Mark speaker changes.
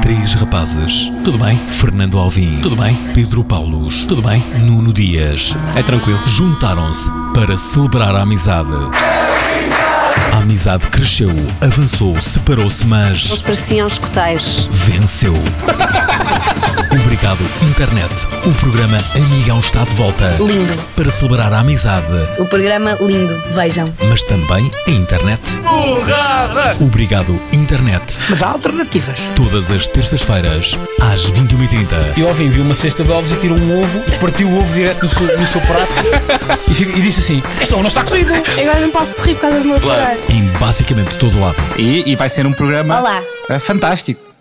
Speaker 1: Três rapazes. Tudo bem? Fernando Alvim. Tudo bem? Pedro Paulos. Tudo bem? Nuno Dias. É tranquilo. Juntaram-se para celebrar a amizade. A amizade cresceu, avançou, separou-se, mas
Speaker 2: Eles pareciam escutais.
Speaker 1: venceu. Obrigado, internet. O programa Amigão está de volta
Speaker 2: Lindo.
Speaker 1: para celebrar a amizade
Speaker 2: O programa lindo. Vejam.
Speaker 1: mas também a internet. Obrigado, internet.
Speaker 3: Mas há alternativas.
Speaker 1: Todas as terças-feiras, às 21h30.
Speaker 4: Eu ao fim vi uma cesta de ovos e tirou um ovo, e partiu o ovo direto no seu, no seu prato e, fica- e disse assim: Este ovo não está cozido!
Speaker 5: Agora não posso sorrir por causa do meu claro.
Speaker 1: Em basicamente todo lado.
Speaker 6: E, e vai ser um programa
Speaker 2: Olá.
Speaker 6: eh, fantástico.